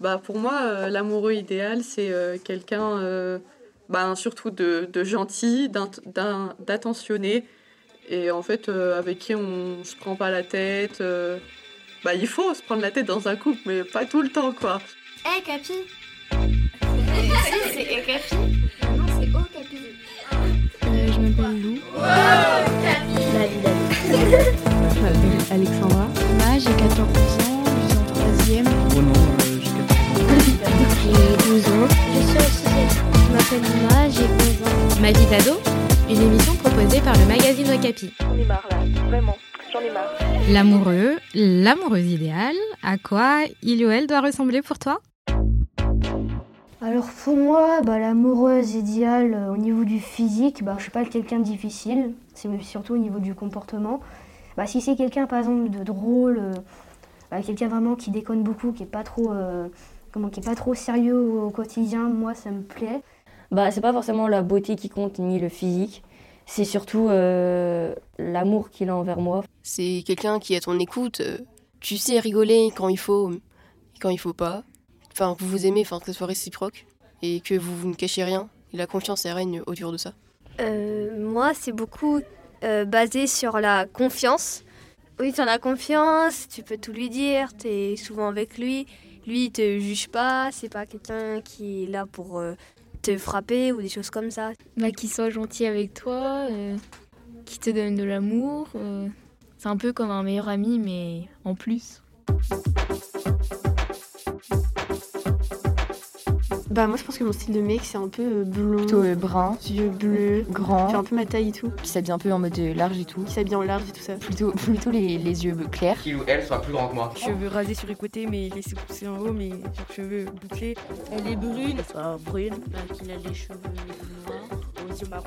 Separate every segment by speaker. Speaker 1: Bah, pour moi, euh, l'amoureux idéal, c'est euh, quelqu'un euh, ben, surtout de, de gentil, d'int- d'un- d'attentionné, et en fait, euh, avec qui on se prend pas la tête. euh, bah, il faut se prendre la tête dans un couple, mais pas tout le temps, quoi.
Speaker 2: Eh, Capi
Speaker 3: c'est Capi.
Speaker 2: Non, c'est O, Capi.
Speaker 4: Euh,
Speaker 2: Oh,
Speaker 4: je m'appelle Lou.
Speaker 5: Je m'appelle Alexandra.
Speaker 4: Là, j'ai 14 ans, je suis en troisième.
Speaker 6: Oh non, euh, j'ai 14 ans.
Speaker 4: J'ai 12 ans.
Speaker 2: Je suis Je m'appelle Lima, j'ai 11 ans.
Speaker 7: Ma vie d'ado, une émission proposée par le magazine Okapi.
Speaker 3: J'en ai marre là, vraiment, j'en ai marre.
Speaker 7: L'amoureux, l'amoureuse idéale, à quoi il ou elle doit ressembler pour toi
Speaker 2: Alors pour moi, bah, l'amoureuse idéale euh, au niveau du physique, bah, je suis pas quelqu'un de difficile, c'est surtout au niveau du comportement. Bah, si c'est quelqu'un par exemple de drôle, euh, bah, quelqu'un vraiment qui déconne beaucoup, qui est pas trop, euh, comment, qui est pas trop sérieux au, au quotidien, moi ça me plaît.
Speaker 8: Bah, c'est pas forcément la beauté qui compte ni le physique, c'est surtout euh, l'amour qu'il a envers moi.
Speaker 3: C'est quelqu'un qui est à ton écoute. euh, Tu sais rigoler quand il faut et quand il faut pas. Enfin, que vous vous aimez, enfin, que ce soit réciproque et que vous, vous ne cachez rien. Et la confiance, elle règne autour de ça.
Speaker 9: Euh, moi, c'est beaucoup euh, basé sur la confiance. Oui, sur la confiance, tu peux tout lui dire, tu es souvent avec lui. Lui, il te juge pas, c'est pas quelqu'un qui est là pour euh, te frapper ou des choses comme ça.
Speaker 4: Bah, qui soit gentil avec toi, euh, qui te donne de l'amour. euh, c'est un peu comme un meilleur ami, mais en plus.
Speaker 10: Bah moi je pense que mon style de mec c'est un peu euh, blond,
Speaker 5: Plutôt euh, brun,
Speaker 10: yeux bleus, fait
Speaker 5: grand,
Speaker 10: un peu ma taille et tout,
Speaker 5: qui s'habille un peu en mode euh, large et tout.
Speaker 10: qui s'habille en large et tout ça.
Speaker 5: Plutôt, plutôt les, les yeux clairs.
Speaker 6: Qu'il ou elle soit plus grand que moi.
Speaker 3: Cheveux rasés sur les côtés, mais laissés pousser en haut, mais cheveux bouclés.
Speaker 8: Elle est brune. Bah,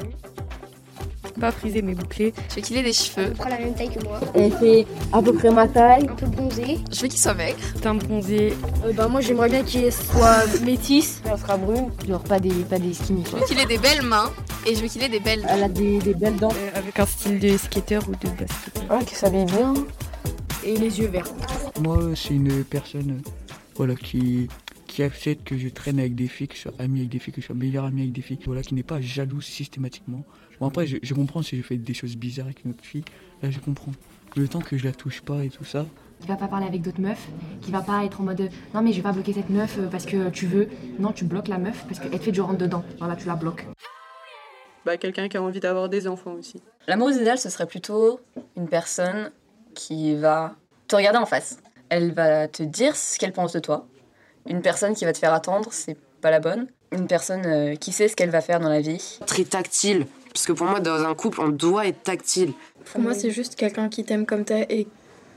Speaker 3: Pas frisés, mais bouclés.
Speaker 10: Je veux qu'il ait des cheveux,
Speaker 2: Prends la même taille que moi,
Speaker 8: Elle fait à peu près ma taille.
Speaker 2: un peu bronzé.
Speaker 10: je veux qu'il soit maigre.
Speaker 3: Teint bronzé.
Speaker 8: bah, moi, j'aimerais bien qu'il soit métisse. Elle sera brune.
Speaker 5: Genre pas des, pas des skinny
Speaker 10: Je
Speaker 5: quoi.
Speaker 10: veux qu'il ait des belles mains et je veux qu'il ait des belles...
Speaker 8: Elle a des, des belles dents.
Speaker 3: avec un style de skater ou de basket.
Speaker 8: Ouais, qu'elle s'habille bien. Et les yeux verts.
Speaker 6: Moi, euh, c'est une personne euh, voilà, qui, qui accepte que je traîne avec des filles, que je sois ami avec des filles, que je sois meilleur ami avec des filles, voilà, qui n'est pas jalouse systématiquement. Bon, après, je, je comprends si je fais des choses bizarres avec une autre fille, là, je comprends. Le temps que je la touche pas et tout ça,
Speaker 5: Qui va pas parler avec d'autres meufs, qui va pas être en mode euh, non mais je vais pas bloquer cette meuf euh, parce que tu veux. Non, tu bloques la meuf parce qu'elle te fait du rentre dedans. Voilà, tu la bloques.
Speaker 1: Bah, quelqu'un qui a envie d'avoir des enfants aussi.
Speaker 11: L'amoureuse idéale, ce serait plutôt une personne qui va te regarder en face. Elle va te dire ce qu'elle pense de toi. Une personne qui va te faire attendre, c'est pas la bonne. Une personne euh, qui sait ce qu'elle va faire dans la vie.
Speaker 8: Très tactile. Parce que pour moi, dans un couple, on doit être tactile.
Speaker 3: Pour moi, c'est juste quelqu'un qui t'aime comme t'es et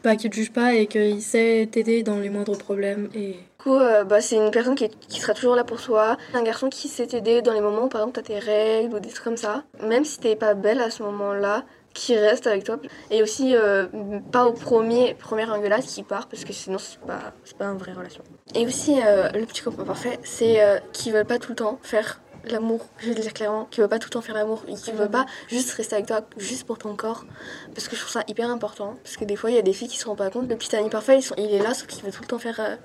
Speaker 3: pas qui te juge pas et qu'il sait t'aider dans les moindres problèmes. Et
Speaker 9: Du coup, euh, bah, c'est une personne qui, est- qui sera toujours là pour toi. Un garçon qui sait t'aider dans les moments où, par exemple, t'as tes règles ou des trucs comme ça. Même si t'es pas belle à ce moment-là, qui reste avec toi. Et aussi, euh, pas au premier, première engueulade qui part, parce que sinon, c'est pas, c'est pas une vraie relation. Et aussi, euh, le petit copain parfait, c'est euh, qui veut pas tout le temps faire l'amour, je vais le dire clairement, qui veut pas tout le temps faire l'amour, et qui veut pas juste rester avec toi, juste pour ton corps, parce que je trouve ça hyper important, parce que des fois il y a des filles qui se rendent pas compte, le petit ami parfait, ils sont- il est là, sauf qu'il veut tout le temps faire euh,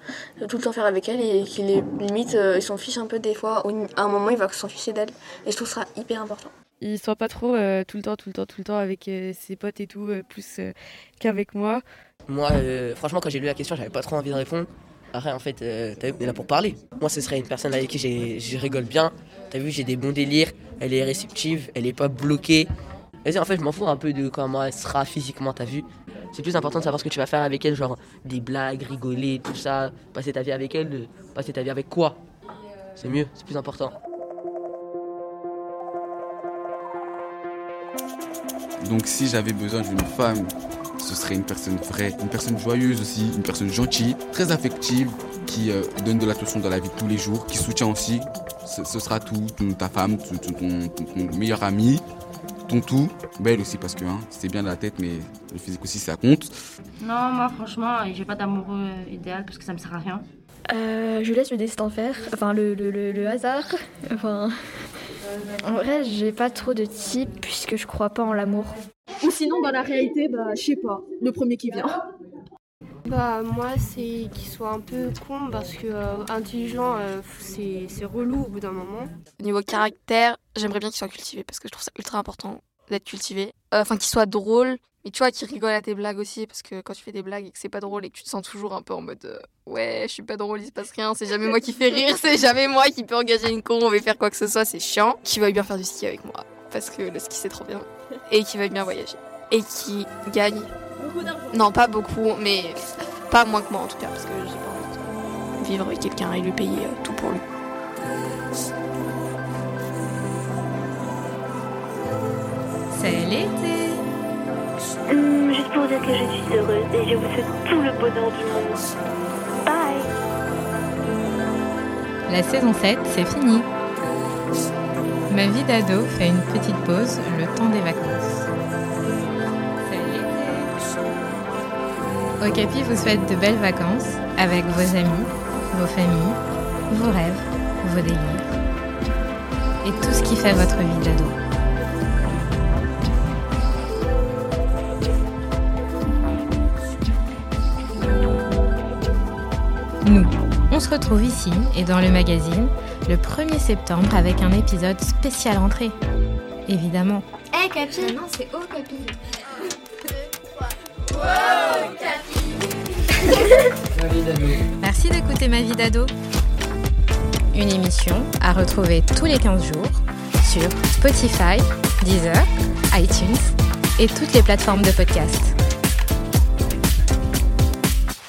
Speaker 9: de tout le temps faire avec elle et qu'il est limite euh, il s'en fiche un peu des fois Au- à un moment il va s'en ficher d'elle et je trouve ça hyper important
Speaker 3: il soit pas trop euh, tout le temps, tout le temps, tout le temps avec euh, ses potes et tout, euh, plus euh, qu'avec moi.
Speaker 8: Moi, euh, franchement, quand j'ai lu la question, j'avais pas trop envie de répondre. Après, en fait, euh, t'as vu, on est là pour parler. Moi, ce serait une personne avec qui je rigole bien. T'as vu, j'ai des bons délires. Elle est réceptive, elle est pas bloquée. Vas-y, en fait, je m'en fous un peu de comment elle sera physiquement, t'as vu. C'est plus important de savoir ce que tu vas faire avec elle, genre des blagues, rigoler, tout ça. Passer ta vie avec elle, euh, passer ta vie avec quoi C'est mieux, c'est plus important.
Speaker 12: Donc si j'avais besoin d'une femme, ce serait une personne vraie, une personne joyeuse aussi, une personne gentille, très affective, qui euh, donne de l'attention dans la vie de tous les jours, qui soutient aussi. Ce, ce sera tout, ton- ta femme, ton, ton- ton- ton- ton meilleur ami, ton tout. Belle aussi parce que hein, c'est bien la tête, mais le physique aussi ça compte.
Speaker 7: Non, moi franchement, j'ai pas d'amoureux euh, idéal parce que ça me sert à rien.
Speaker 4: Euh, je laisse le destin faire, enfin le, hasard. Enfin... En vrai, j'ai pas trop de type puisque je crois pas en l'amour.
Speaker 3: Ou sinon, dans la réalité, bah, je sais pas, le premier qui vient. Bah moi c'est qu'il soit un peu con parce que euh, intelligent euh, c'est c'est relou au bout d'un moment.
Speaker 13: Au niveau caractère, j'aimerais bien qu'il soit cultivé parce que je trouve ça ultra important d'être cultivé. Euh, Enfin, qu'il soit drôle, mais tu vois, qu'il rigole à tes blagues aussi parce que quand tu fais des blagues et que c'est pas drôle et que tu te sens toujours un peu en mode euh, ouais, je suis pas drôle, il se passe rien, c'est jamais moi qui fais rire, c'est jamais moi qui peux engager une con, on va faire quoi que ce soit, c'est chiant. Qu'il veuille bien faire du ski avec moi parce que le ski c'est trop bien et qu'il veuille bien voyager et qu'il gagne. Non, pas beaucoup, mais pas moins que moi en tout cas parce que j'ai pas envie de vivre avec quelqu'un et lui payer euh, tout pour lui.
Speaker 7: C'est l'été.
Speaker 9: Hum, juste pour vous dire que je suis heureuse et je vous souhaite tout le bonheur du monde. Bye
Speaker 7: La saison 7, c'est fini. Ma vie d'ado fait une petite pause le temps des vacances. Okapi vous souhaite de belles vacances avec vos amis, vos familles, vos rêves, vos délires et tout ce qui fait votre vie d'ado. Nous, on se retrouve ici et dans le magazine le 1er septembre avec un épisode spécial rentrée. Évidemment.
Speaker 14: Eh Capi Non, c'est O Capi.
Speaker 7: Merci d'écouter Ma vie d'ado. Une émission à retrouver tous les 15 jours sur Spotify, Deezer, iTunes et toutes les plateformes de podcast.